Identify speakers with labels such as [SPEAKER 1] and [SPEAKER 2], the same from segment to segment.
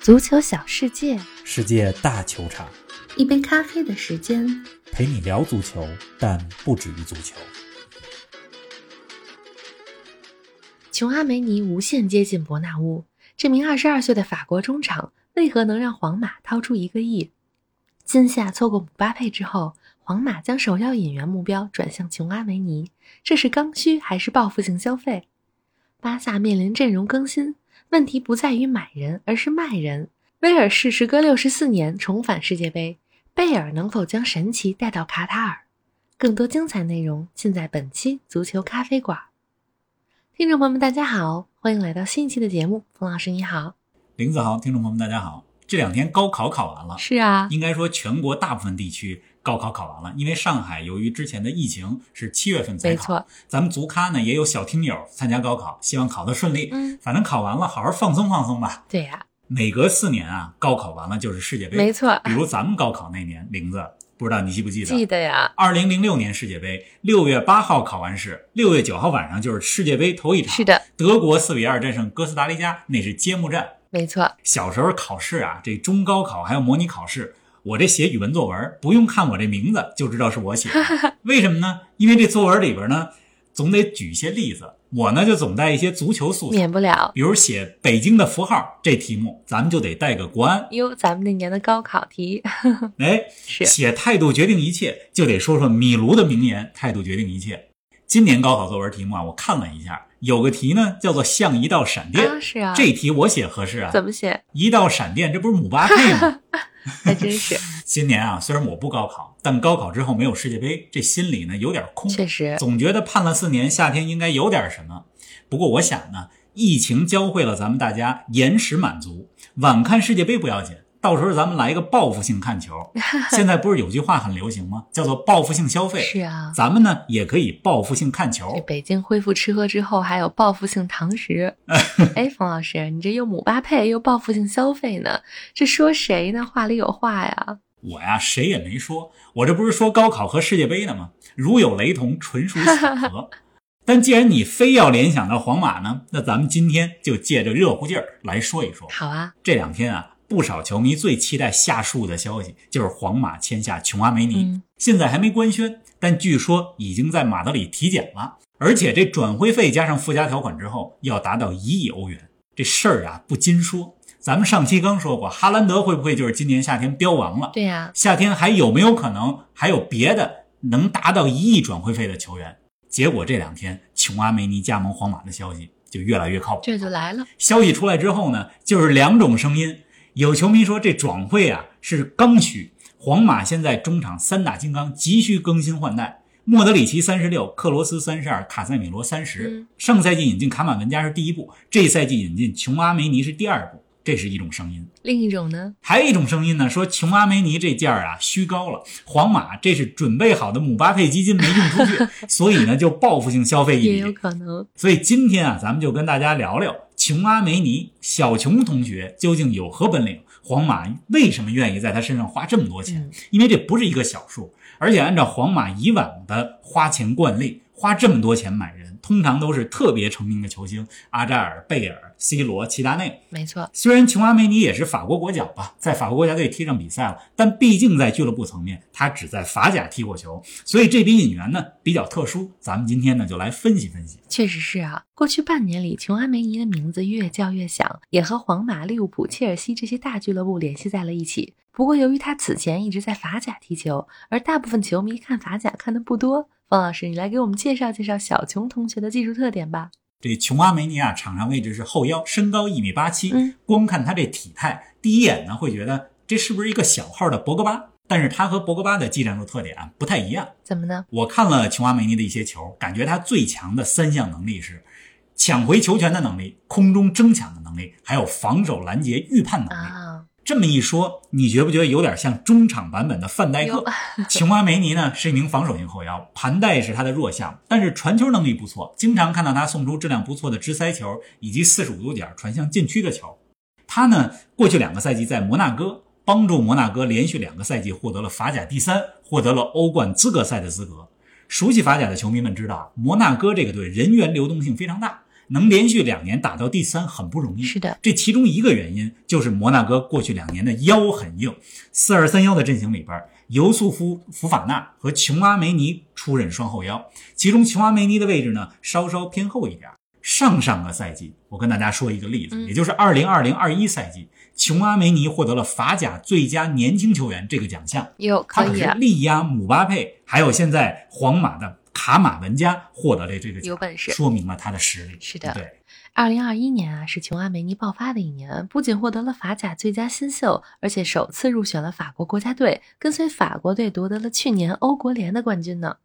[SPEAKER 1] 足球小世界，
[SPEAKER 2] 世界大球场，
[SPEAKER 1] 一杯咖啡的时间。
[SPEAKER 2] 陪你聊足球，但不止于足球。
[SPEAKER 1] 琼阿梅尼无限接近伯纳乌，这名二十二岁的法国中场为何能让皇马掏出一个亿？今夏错过姆巴佩之后，皇马将首要引援目标转向琼阿梅尼，这是刚需还是报复性消费？巴萨面临阵容更新，问题不在于买人，而是卖人。威尔士时隔六十四年重返世界杯，贝尔能否将神奇带到卡塔尔？更多精彩内容尽在本期足球咖啡馆。听众朋友们，大家好，欢迎来到新一期的节目。冯老师你好，
[SPEAKER 2] 林子豪，听众朋友们，大家好。这两天高考考完了，
[SPEAKER 1] 是啊，
[SPEAKER 2] 应该说全国大部分地区高考考完了，因为上海由于之前的疫情是七月份才
[SPEAKER 1] 没
[SPEAKER 2] 考。
[SPEAKER 1] 错，
[SPEAKER 2] 咱们足咖呢也有小听友参加高考，希望考得顺利。
[SPEAKER 1] 嗯，
[SPEAKER 2] 反正考完了，好好放松放松吧。
[SPEAKER 1] 对呀、
[SPEAKER 2] 每隔四年啊，高考完了就是世界杯。
[SPEAKER 1] 没错，
[SPEAKER 2] 比如咱们高考那年，玲子，不知道你记不记得？
[SPEAKER 1] 记得呀，
[SPEAKER 2] 二零零六年世界杯，六月八号考完试，六月九号晚上就是世界杯头一场，
[SPEAKER 1] 是的，
[SPEAKER 2] 德国四比二战胜哥斯达黎加，那是揭幕战。
[SPEAKER 1] 没错，
[SPEAKER 2] 小时候考试啊，这中高考还有模拟考试，我这写语文作文，不用看我这名字就知道是我 写的，为什么呢？因为这作文里边呢，总得举一些例子，我呢就总带一些足球素材，
[SPEAKER 1] 免不了。
[SPEAKER 2] 比如写北京的符号这题目，咱们就得带个国安，
[SPEAKER 1] 哟，咱们那年的高考题
[SPEAKER 2] 哎，
[SPEAKER 1] 是
[SPEAKER 2] 写态度决定一切，就得说说米卢的名言：态度决定一切。今年高考作文题目啊，我看了一下，有个题呢叫做“像一道闪电”，
[SPEAKER 1] 啊，是啊，
[SPEAKER 2] 这题我写合适啊。
[SPEAKER 1] 怎么写？
[SPEAKER 2] 一道闪电，这不是姆巴 佩吗？
[SPEAKER 1] 还真 是，
[SPEAKER 2] 今年啊，虽然我不高考，但高考之后没有世界杯，这心里呢有点空，
[SPEAKER 1] 确实
[SPEAKER 2] 总觉得盼了四年，夏天应该有点什么。不过我想呢，疫情教会了咱们大家延迟满足，晚看世界杯不要紧，到时候咱们来一个报复 性看球。现在不是有句话很流行吗？叫做报复性消费。
[SPEAKER 1] 是啊。
[SPEAKER 2] 咱们呢也可以报复性看球
[SPEAKER 1] 这。北京恢复吃喝之后，还有报复性堂 食。哎，冯老师，你这又姆巴佩又报复性消费呢？这说谁呢？话里有话呀。
[SPEAKER 2] 我呀，谁也没说，我这不是说高考和世界杯呢吗？如有雷同，纯属巧 合。但既然你非要联想到皇马呢，那咱们今天就借着热乎劲儿来说一说。
[SPEAKER 1] 好啊，
[SPEAKER 2] 这两天啊，不少球迷最期待下述的消息，就是皇马签下琼阿梅尼，
[SPEAKER 1] 嗯
[SPEAKER 2] 现在还没官宣，但据说已经在马德里体检了，而且这转会费加上附加条款之后，要达到一亿欧元。这事儿啊，不禁说，咱们上期刚说过，哈兰德会不会就是今年夏天标王了？
[SPEAKER 1] 对呀、
[SPEAKER 2] 夏天还有没有可能还有别的能达到一亿转会费的球员？结果这两天琼阿梅尼加盟皇马的消息就越来越靠谱。
[SPEAKER 1] 这就来了。
[SPEAKER 2] 消息出来之后呢，就是两种声音。有球迷说这转会啊是刚需，皇马现在中场三大金刚急需更新换代。莫德里奇三十六，克罗斯三十二，卡塞米罗三十、
[SPEAKER 1] 嗯
[SPEAKER 2] 上赛季引进卡马文加是第一步，这赛季引进琼阿梅尼是第二步，这是一种声音。
[SPEAKER 1] 另一种呢？
[SPEAKER 2] 还有一种声音呢，说琼阿梅尼这价儿啊虚高了，皇马这是准备好的姆巴佩基金没用出 去，所以呢就报复性消费一笔。
[SPEAKER 1] 也有可能。
[SPEAKER 2] 所以今天啊，咱们就跟大家聊聊琼阿梅尼小琼同学究竟有何本领，皇马为什么愿意在他身上花这么多钱？
[SPEAKER 1] 嗯
[SPEAKER 2] 因为这不是一个小数，而且按照皇马以往的花钱惯例，花这么多钱买人，通常都是特别成名的球星，阿扎尔、贝尔、C 罗、齐达内。
[SPEAKER 1] 没错，
[SPEAKER 2] 虽然琼阿梅尼也是法国国脚吧，在法国国家队踢上比赛了，但毕竟在俱乐部层面，他只在法甲踢过球，所以这笔引援呢比较特殊。咱们今天呢就来分析分析。
[SPEAKER 1] 确实是啊。过去半年里，琼阿梅尼的名字越叫越响，也和皇马、利物浦、切尔西这些大俱乐部联系在了一起。不过，由于他此前一直在法甲踢球，而大部分球迷看法甲看的不多。方老师，你来给我们介绍介绍小琼同学的技术特点吧。
[SPEAKER 2] 这琼阿梅尼啊，场上位置是后腰，身高一米八七、
[SPEAKER 1] 嗯
[SPEAKER 2] 光看他这体态，第一眼呢会觉得这是不是一个小号的博格巴？但是他和博格巴的技战术特点啊不太一样。
[SPEAKER 1] 怎么呢？
[SPEAKER 2] 我看了琼阿梅尼的一些球，感觉他最强的三项能力是抢回球权的能力、空中争抢的能力，还有防守拦截预判能力。
[SPEAKER 1] 啊，
[SPEAKER 2] 这么一说，你觉不觉得有点像中场版本的范戴克
[SPEAKER 1] 有？
[SPEAKER 2] 琼阿梅尼呢是一名防守型后腰，盘带是他的弱项，但是传球能力不错，经常看到他送出质量不错的直塞球以及四十五度角传向禁区的球。他呢，过去两个赛季在摩纳哥帮助摩纳哥连续两个赛季获得了法甲第三，获得了欧冠资格赛的资格。熟悉法甲的球迷们知道，摩纳哥这个队人员流动性非常大，能连续两年打到第三很不容 易。
[SPEAKER 1] 是的，
[SPEAKER 2] 这其中一个原因就是摩纳哥过去两年的腰很硬。四二三幺的阵型里边，尤素夫·福法纳和琼阿梅尼出任双后腰，其中琼阿梅尼的位置呢稍稍偏后一点。上上个赛季，我跟大家说一个例子，
[SPEAKER 1] 嗯
[SPEAKER 2] 也就是二零二零二一赛季，琼阿梅尼获得了法甲最佳年轻球员这个奖项。
[SPEAKER 1] 有
[SPEAKER 2] 他
[SPEAKER 1] 可
[SPEAKER 2] 可
[SPEAKER 1] 以
[SPEAKER 2] 是
[SPEAKER 1] 啊，
[SPEAKER 2] 力压姆巴佩，还有现在皇马的卡马文加获得了这个
[SPEAKER 1] 有
[SPEAKER 2] 奖，
[SPEAKER 1] 本事。
[SPEAKER 2] 说明了他的实力。
[SPEAKER 1] 是的
[SPEAKER 2] 对，
[SPEAKER 1] 二零二一年啊，是琼阿梅尼爆发的一年，不仅获得了法甲最佳新秀，而且首次入选了法国国家队，跟随法国队夺得了去年欧国联的冠军呢。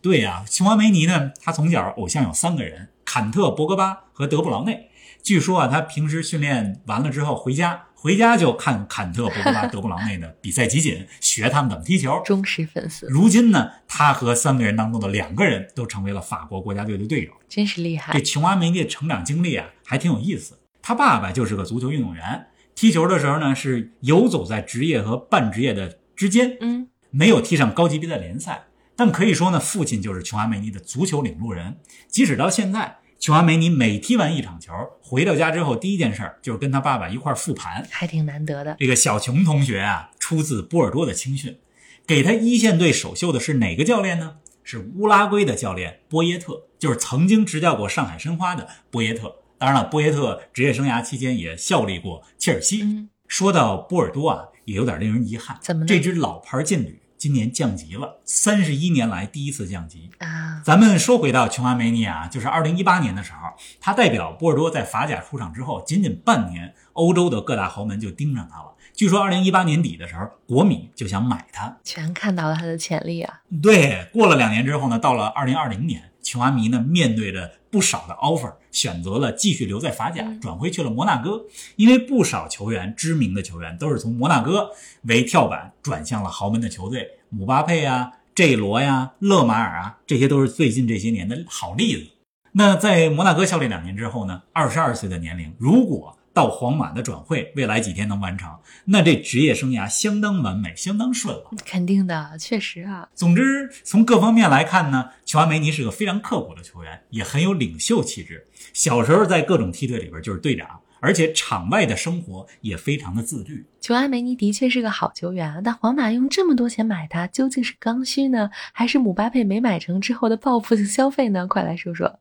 [SPEAKER 2] 对呀、琼阿梅尼呢，他从小偶像有三个人：坎特、博格巴和德布劳内。据说啊，他平时训练完了之后回家，回家就看坎特、博格巴、德布劳内的比赛集锦，学他们怎么踢球。
[SPEAKER 1] 忠实粉丝，
[SPEAKER 2] 如今呢，他和三个人当中的两个人都成为了法国国家队的队友。
[SPEAKER 1] 真是厉
[SPEAKER 2] 这
[SPEAKER 1] 害。
[SPEAKER 2] 琼阿梅尼的成长经历啊，还挺有意思。他爸爸就是个足球运动员，踢球的时候呢是游走在职业和半职业的之间，
[SPEAKER 1] 嗯，
[SPEAKER 2] 没有踢上高级别的联赛。但可以说呢，父亲就是琼阿梅尼的足球领路人。即使到现在，琼阿梅尼每踢完一场球，回到家之后第一件事儿就是跟他爸爸一块儿复盘。
[SPEAKER 1] 还挺难得的。
[SPEAKER 2] 这个小琼同学啊，出自波尔多的青训，给他一线队首秀的是哪个教练呢？是乌拉圭的教练波耶特，就是曾经执教过上海申花的波耶特。当然了，波耶特职业生涯期间也效力过切尔西。
[SPEAKER 1] 嗯，
[SPEAKER 2] 说到波尔多啊，也有点令人遗憾，
[SPEAKER 1] 怎么呢
[SPEAKER 2] 这支老牌劲旅今年降级了，三十一年来第一次降级。
[SPEAKER 1] 啊，
[SPEAKER 2] 咱们说回到琼阿梅尼啊，就是二零一八年的时候，他代表波尔多在法甲出场之后，仅仅半年，欧洲的各大豪门就盯上他了。据说二零一八年底的时候，国米就想买他。
[SPEAKER 1] 全看到了他的潜力啊。
[SPEAKER 2] 对，过了两年之后呢，到了二零二零年，琼阿迷呢面对着不少的 offer，选择了继续留在法甲
[SPEAKER 1] 嗯，
[SPEAKER 2] 转回去了摩纳哥。因为不少球员，知名的球员都是从摩纳哥为跳板转向了豪门的球队，姆巴佩啊、J 罗呀、勒马尔啊，这些都是最近这些年的好例子。那在摩纳哥效力两年之后呢，二十二岁的年龄，如果到皇马的转会未来几天能完成，那这职业生涯相当完美，相当顺了。
[SPEAKER 1] 肯定的，确实啊，
[SPEAKER 2] 总之，从各方面来看呢，乔安梅尼是个非常刻苦的球员，也很有领袖气质。小时候在各种梯队里边就是队长，而且场外的生活也非常的自律。
[SPEAKER 1] 琼阿梅尼的确是个好球员，啊但皇马用这么多钱买他，究竟是刚需呢，还是姆巴佩没买成之后的报复性消费呢？快来说说。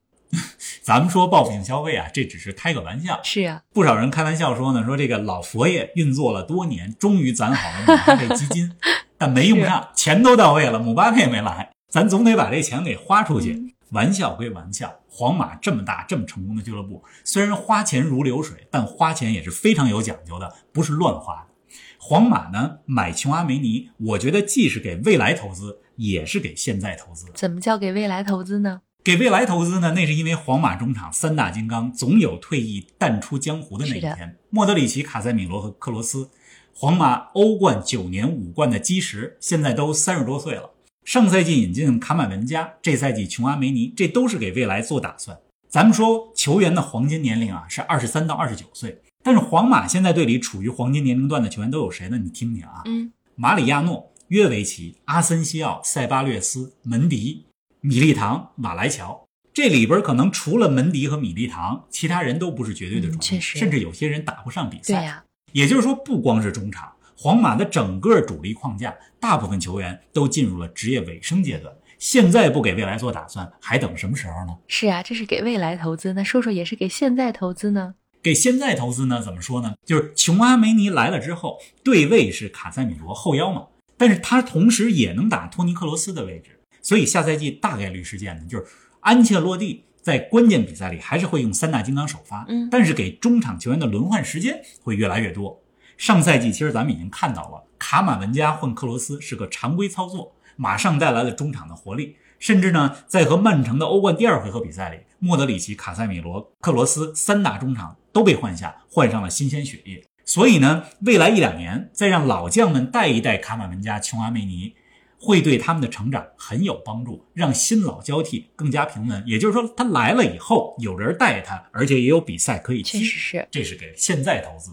[SPEAKER 2] 咱们说报复性消费啊，这只是开个玩笑。
[SPEAKER 1] 是啊，
[SPEAKER 2] 不少人开玩笑说呢，说这个老佛爷运作了多年，终于攒好了姆巴佩基金，但没用上，钱都到位了，姆巴佩没来，咱总得把这钱给花出去。玩笑归玩笑，皇马这么大这么成功的俱乐部，虽然花钱如流水，但花钱也是非常有讲究的，不是乱花的。皇马呢买琼阿梅尼，我觉得既是给未来投资，也是给现在投资。
[SPEAKER 1] 怎么叫给未来投资呢？
[SPEAKER 2] 给未来投资呢，那是因为皇马中场三大金刚总有退役淡出江湖的那一
[SPEAKER 1] 是
[SPEAKER 2] 天。莫德里奇、卡塞米罗和克罗斯，皇马欧冠九年五冠的基石，现在都三十多岁了。上赛季引进卡马文加，这赛季琼阿梅尼，这都是给未来做打算。咱们说球员的黄金年龄啊是二十三到二十九岁，但是皇马现在队里处于黄金年龄段的球员都有谁呢？你听听啊，
[SPEAKER 1] 嗯，
[SPEAKER 2] 马里亚诺、约维奇、阿森西奥、塞巴略斯、门迪、米利唐、瓦莱乔。这里边可能除了门迪和米利唐，其他人都不是绝对的主力，
[SPEAKER 1] 嗯确实
[SPEAKER 2] 甚至有些人打不上比
[SPEAKER 1] 对
[SPEAKER 2] 赛。
[SPEAKER 1] 呀、
[SPEAKER 2] 也就是说，不光是中场，皇马的整个主力框架，大部分球员都进入了职业尾声阶段。现在不给未来做打算，还等什么时候呢？
[SPEAKER 1] 是啊，这是给未来投资。那说说也是给现在投资呢？
[SPEAKER 2] 给现在投资呢，怎么说呢？就是琼阿梅尼来了之后，对位是卡塞米罗后腰嘛，但是他同时也能打托尼克罗斯的位置，所以下赛季大概率事件呢，就是安切洛蒂在关键比赛里还是会用三大金刚首发，
[SPEAKER 1] 嗯
[SPEAKER 2] 但是给中场球员的轮换时间会越来越多。上赛季其实咱们已经看到了，卡马文加换克罗斯是个常规操作，马上带来了中场的活力。甚至呢，在和曼城的欧冠第二回合比赛里，莫德里奇、卡塞米罗、克罗斯三大中场都被换下，换上了新鲜血液。所以呢，未来一两年再让老将们带一带卡马文加、琼阿梅尼，会对他们的成长很有帮助，让新老交替更加平稳。也就是说，他来了以后有人带他，而且也有比赛可以
[SPEAKER 1] 确
[SPEAKER 2] 踢
[SPEAKER 1] 实。是。
[SPEAKER 2] 这是给现在投资。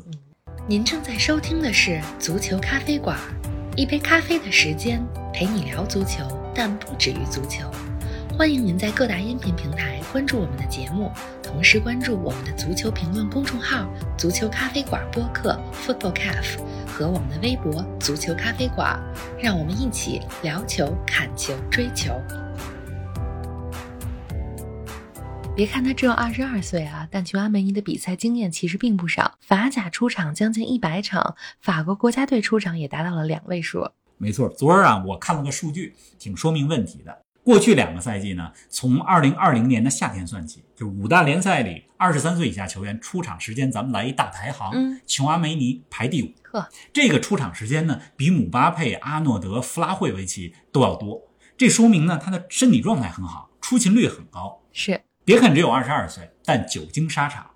[SPEAKER 1] 您正在收听的是《足球咖啡馆》，一杯咖啡的时间陪你聊足球，但不止于足球。欢迎您在各大音频平台关注我们的节目，同时关注我们的足球评论公众号“足球咖啡馆”播客 （Football Cafe） 和我们的微博“足球咖啡馆”，让我们一起聊球、看球、追球。别看他只有二十二岁啊，但琼阿梅尼的比赛经验其实并不少。法甲出场将近一百场，法国国家队出场也达到了两位数。
[SPEAKER 2] 没错，昨儿啊，我看了个数据，挺说明问题的。过去两个赛季呢，从二零二零年的夏天算起，就五大联赛里二十三岁以下球员出场时间，咱们来一大排行，
[SPEAKER 1] 嗯
[SPEAKER 2] 琼阿梅尼排第五。
[SPEAKER 1] 呵，
[SPEAKER 2] 这个出场时间呢，比姆巴佩、阿诺德、弗拉惠维奇都要多。这说明呢，他的身体状态很好，出勤率很高。
[SPEAKER 1] 是
[SPEAKER 2] 别看只有二十二岁，但久经沙场。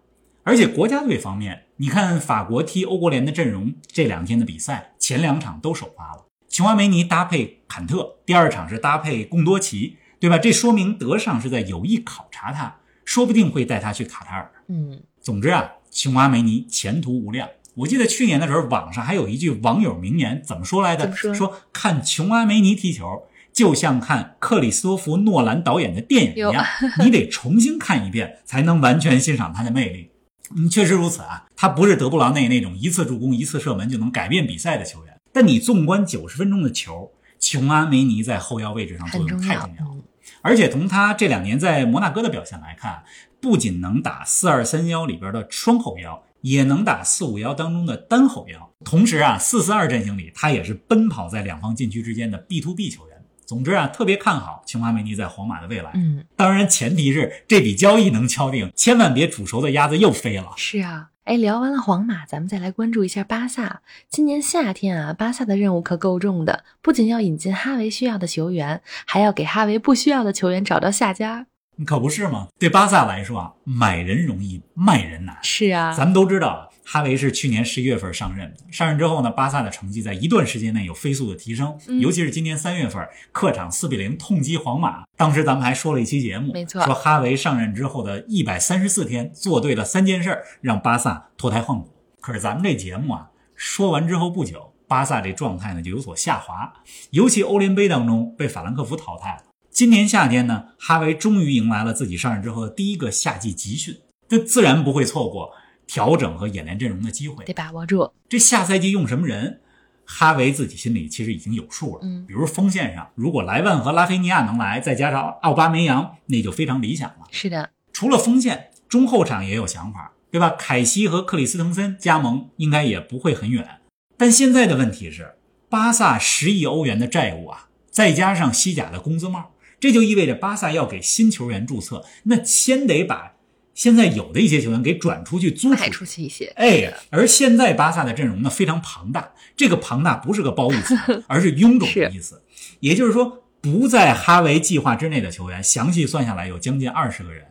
[SPEAKER 2] 而且国家队方面，你看法国踢欧国联的阵容，这两天的比赛前两场都首发了，琼阿梅尼搭配坎特，第二场是搭配贡多齐，对吧？这说明德尚是在有意考察他，说不定会带他去卡塔尔。
[SPEAKER 1] 嗯，
[SPEAKER 2] 总之啊，琼阿梅尼前途无量。我记得去年的时候，网上还有一句网友名言，怎么说来
[SPEAKER 1] 怎
[SPEAKER 2] 的？
[SPEAKER 1] 么说
[SPEAKER 2] 看琼阿梅尼踢球，就像看克里斯托弗·诺兰导演的电影 一样，你得重新看一遍，才能完全欣赏他的魅力。嗯，确实如此啊，他不是德布劳内那种一次助攻、一次射门就能改变比赛的球员。但你纵观九十分钟的球，琼阿梅尼在后腰位置上作
[SPEAKER 1] 很
[SPEAKER 2] 用
[SPEAKER 1] 重
[SPEAKER 2] 太
[SPEAKER 1] 要
[SPEAKER 2] 重要。。
[SPEAKER 1] 嗯
[SPEAKER 2] 而且从他这两年在摩纳哥的表现来看，不仅能打四二三幺里边的双后腰，也能打四五幺当中的单后腰。同时啊，四四二阵型里他也是奔跑在两方禁区之间的 B to B 球员。总之啊，特别看好琼阿梅尼在皇马的未来。
[SPEAKER 1] 嗯，
[SPEAKER 2] 当然，前提是这笔交易能敲定，千万别煮熟的鸭子又飞了。
[SPEAKER 1] 是啊，哎，聊完了皇马，咱们再来关注一下巴萨。今年夏天啊，巴萨的任务可够重的，不仅要引进哈维需要的球员，还要给哈维不需要的球员找到下家。
[SPEAKER 2] 可不是吗？对巴萨来说啊，买人容易，卖人难。
[SPEAKER 1] 是啊，
[SPEAKER 2] 咱们都知道啊，哈维是去年十一月份上任的。上任之后呢，巴萨的成绩在一段时间内有飞速的提升，
[SPEAKER 1] 嗯
[SPEAKER 2] 尤其是今年三月份客场四比零痛击皇马，当时咱们还说了一期节目，
[SPEAKER 1] 没错
[SPEAKER 2] 说哈维上任之后的一百三十四天做对了三件事儿，让巴萨脱胎换骨。可是咱们这节目啊，说完之后不久，巴萨这状态呢就有所下滑，尤其欧联杯当中被法兰克福淘汰了。今年夏天呢，哈维终于迎来了自己上任之后的第一个夏季集训，这自然不会错过调整和演练阵容的机会
[SPEAKER 1] 得。把握住。
[SPEAKER 2] 这下赛季用什么人，哈维自己心里其实已经有数了。
[SPEAKER 1] 嗯
[SPEAKER 2] 比如锋线上，如果莱万和拉菲尼亚能来，再加上奥巴梅扬，那就非常理想了。
[SPEAKER 1] 是的，
[SPEAKER 2] 除了锋线，中后场也有想法，对吧？凯西和克里斯滕森加盟应该也不会很远。但现在的问题是，巴萨十亿欧元的债务啊，再加上西甲的工资帽，这就意味着巴萨要给新球员注册，那先得把现在有的一些球员给转出去租
[SPEAKER 1] 卖
[SPEAKER 2] 出
[SPEAKER 1] 出。
[SPEAKER 2] 去
[SPEAKER 1] 去一些。
[SPEAKER 2] 哎，而现在巴萨的阵容呢非常庞大，这个庞大不是个褒义词，而是臃肿的意思。也就是说，不在哈维计划之内的球员，详细算下来有将近二十个人。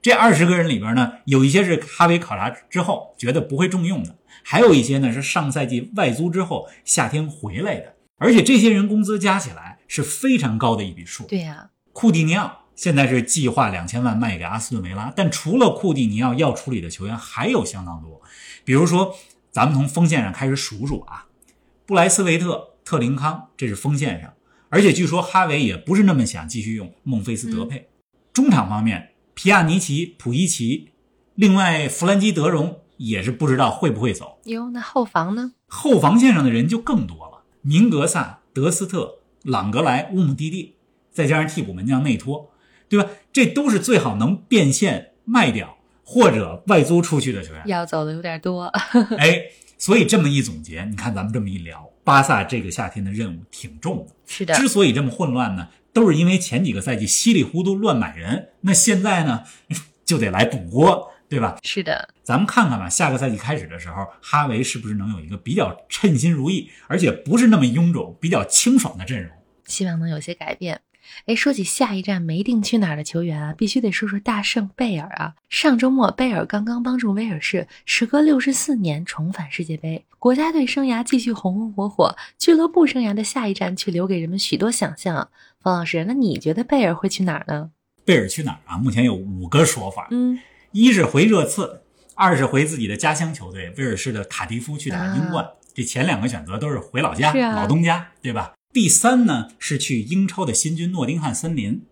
[SPEAKER 2] 这二十个人里边呢，有一些是哈维考察之后觉得不会重用的，还有一些呢是上赛季外租之后夏天回来的，而且这些人工资加起来是非常高的一笔数。
[SPEAKER 1] 对啊呀、
[SPEAKER 2] 库蒂尼奥现在是计划两千万卖给阿斯顿维拉，但除了库蒂尼奥要处理的球员还有相当多，比如说咱们从锋线上开始数数啊，布莱斯维特、特林康，这是锋线上，而且据说哈维也不是那么想继续用孟菲斯德佩。中场方面，皮亚尼奇、普伊奇，另外弗兰基德容也是不知道会不会走。
[SPEAKER 1] 哟，那后防呢？
[SPEAKER 2] 后防线上的人就更多了，明格萨、德斯特、朗格莱、乌姆蒂蒂，再加上替补门将内托，对吧？这都是最好能变现卖掉或者外租出去的球员。
[SPEAKER 1] 要走的有点多。
[SPEAKER 2] 哎，所以这么一总结，你看咱们这么一聊，巴萨这个夏天的任务挺重的。
[SPEAKER 1] 是的，
[SPEAKER 2] 之所以这么混乱呢，都是因为前几个赛季稀里糊涂乱买人，那现在呢 就得来补锅，对吧？
[SPEAKER 1] 是的，
[SPEAKER 2] 咱们看看吧，下个赛季开始的时候，哈维是不是能有一个比较称心如意，而且不是那么臃肿、比较清爽的阵容？
[SPEAKER 1] 希望能有些改变。哎，说起下一站没定去哪儿的球员啊，必须得说说大圣贝尔啊。上周末，贝尔刚刚帮助威尔士时隔六十四年重返世界杯，国家队生涯继续红红火火，俱乐部生涯的下一站却留给人们许多想象。方老师，那你觉得贝尔会去哪儿呢？
[SPEAKER 2] 贝尔去哪儿啊？目前有五个说法：
[SPEAKER 1] 嗯，
[SPEAKER 2] 一是回热刺，二是回自己的家乡球队威尔士的卡迪夫去打英冠。这前两个选择都是回老家、
[SPEAKER 1] 是啊
[SPEAKER 2] 老东家，对吧？第三呢是去英超的新军诺丁汉森林。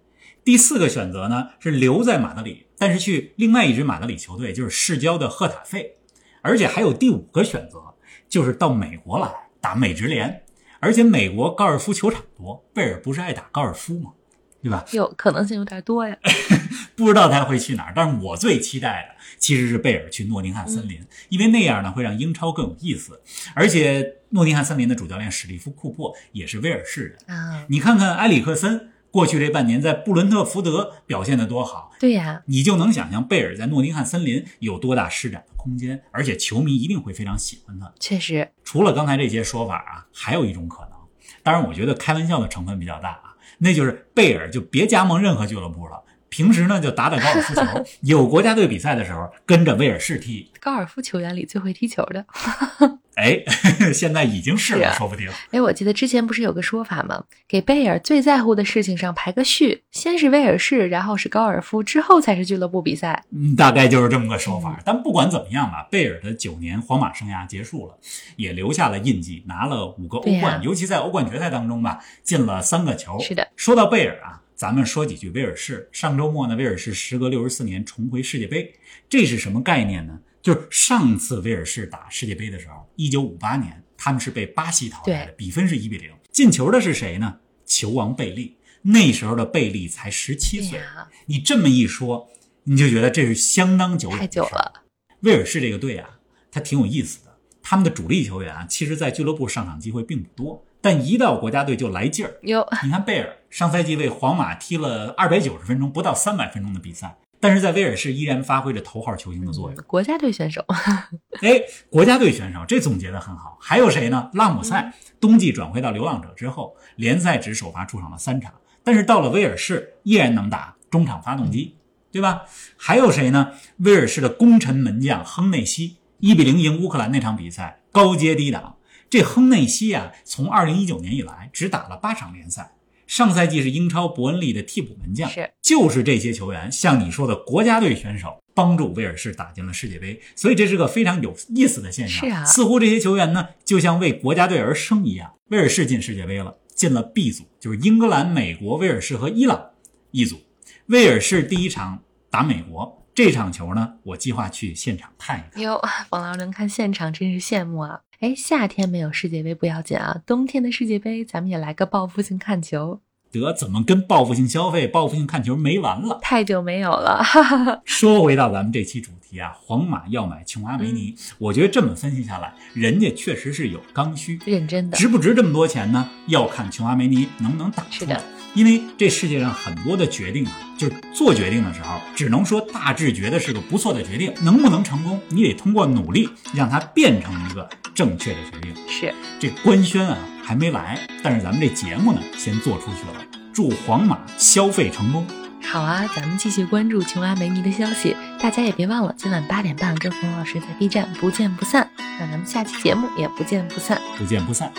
[SPEAKER 2] 第四个选择呢是留在马德里，但是去另外一支马德里球队，就是市郊的赫塔费，而且还有第五个选择，就是到美国来打美职联，而且美国高尔夫球场多，贝尔不是爱打高尔夫吗？对吧？
[SPEAKER 1] 有可能性有点多呀。
[SPEAKER 2] 不知道他会去哪儿，但是我最期待的其实是贝尔去诺丁汉森林，因为那样呢会让英超更有意思。而且诺丁汉森林的主教练史蒂夫·库珀也是威尔士人，
[SPEAKER 1] 啊，
[SPEAKER 2] 你看看埃里克森过去这半年在布伦特福德表现得多好，
[SPEAKER 1] 对呀、
[SPEAKER 2] 你就能想象贝尔在诺丁汉森林有多大施展的空间，而且球迷一定会非常喜欢他。
[SPEAKER 1] 确实，
[SPEAKER 2] 除了刚才这些说法啊，还有一种可能，当然我觉得开玩笑的成分比较大啊，那就是贝尔就别加盟任何俱乐部了，平时呢就打打高尔 夫球，有国家队比赛的时候跟着威尔士踢，
[SPEAKER 1] 高尔夫球员里最会踢球的。
[SPEAKER 2] 哎， 现在已经是
[SPEAKER 1] 是
[SPEAKER 2] 了，
[SPEAKER 1] 啊
[SPEAKER 2] 说不定。
[SPEAKER 1] 哎，我记得之前不是有个说法吗？给贝尔最在乎的事情上排个序，先是威尔士，然后是高尔夫，之后才是俱乐部比赛。
[SPEAKER 2] 嗯，大概就是这么个说法。但不管怎么样吧，贝尔的九年皇马生涯结束了，也留下了印记，拿了五个欧
[SPEAKER 1] 对呀
[SPEAKER 2] 冠，尤其在欧冠决赛当中吧，进了三个球。
[SPEAKER 1] 是的，
[SPEAKER 2] 说到贝尔啊，咱们说几句威尔士。上周末呢，威尔士时隔六十四年重回世界杯，这是什么概念呢？就是上次威尔士打世界杯的时候，一九五八年，他们是被巴西淘汰的，比分是一比零。进球的是谁呢？球王贝利。那时候的贝利才十七
[SPEAKER 1] 对
[SPEAKER 2] 岁，
[SPEAKER 1] 呀、
[SPEAKER 2] 你这么一说，你就觉得这是相当久远
[SPEAKER 1] 太
[SPEAKER 2] 的
[SPEAKER 1] 久
[SPEAKER 2] 事儿。
[SPEAKER 1] 了。
[SPEAKER 2] 威尔士这个队啊，它挺有意思的。他们的主力球员啊，其实在俱乐部上场机会并不多，但一到国家队就来劲儿。
[SPEAKER 1] 哟，
[SPEAKER 2] 你看贝尔上赛季为皇马踢了二百九十分钟，不到三百分钟的比赛，但是在威尔士依然发挥着头号球星的作用。
[SPEAKER 1] 国家队选手，
[SPEAKER 2] 哎，国家队选手这总结得很好。还有谁呢？拉姆塞
[SPEAKER 1] 嗯
[SPEAKER 2] 冬季转回到流浪者之后，联赛只首发出场了三场，但是到了威尔士依然能打中场发动机，对吧？还有谁呢？威尔士的功臣门将亨内西，一比零赢乌克兰那场比赛，高接低挡。这亨内西啊，从二零一九年以来只打了八场联赛。上赛季是英超伯恩利的替补门将，
[SPEAKER 1] 是
[SPEAKER 2] 就是这些球员，像你说的国家队选手，帮助威尔士打进了世界杯，所以这是个非常有意思的现象。
[SPEAKER 1] 是啊
[SPEAKER 2] 似乎这些球员呢，就像为国家队而生一样。威尔士进世界杯了，进了 B 组，就是英格兰、美国、威尔士和伊朗一组。威尔士第一场打美国，这场球呢，我计划去现场看一看。
[SPEAKER 1] 哟，冯老师能看现场真是羡慕啊！哎，夏天没有世界杯不要紧啊，冬天的世界杯咱们也来个报复性看球，
[SPEAKER 2] 得怎么跟报复性消费、报复性看球没完了？
[SPEAKER 1] 太久没有了， 哈哈哈。
[SPEAKER 2] 说回到咱们这期主题啊，皇马要买琼阿梅
[SPEAKER 1] 嗯
[SPEAKER 2] 尼，我觉得这么分析下来，人家确实是有刚需。
[SPEAKER 1] 认真的，
[SPEAKER 2] 值不值这么多钱呢？要看琼阿梅尼能不能打出
[SPEAKER 1] 是
[SPEAKER 2] 来
[SPEAKER 1] 的。
[SPEAKER 2] 因为这世界上很多的决定啊，就是做决定的时候，只能说大致觉得是个不错的决定，能不能成功，你得通过努力让它变成一个正确的决定。
[SPEAKER 1] 是
[SPEAKER 2] 这官宣啊还没来，但是咱们这节目呢先做出去了。祝皇马消费成功！
[SPEAKER 1] 好啊，咱们继续关注琼阿梅尼的消息，大家也别忘了今晚八点半跟冯老师在 B 站不见不散，那咱们下期节目也不见不散。
[SPEAKER 2] 不见不散。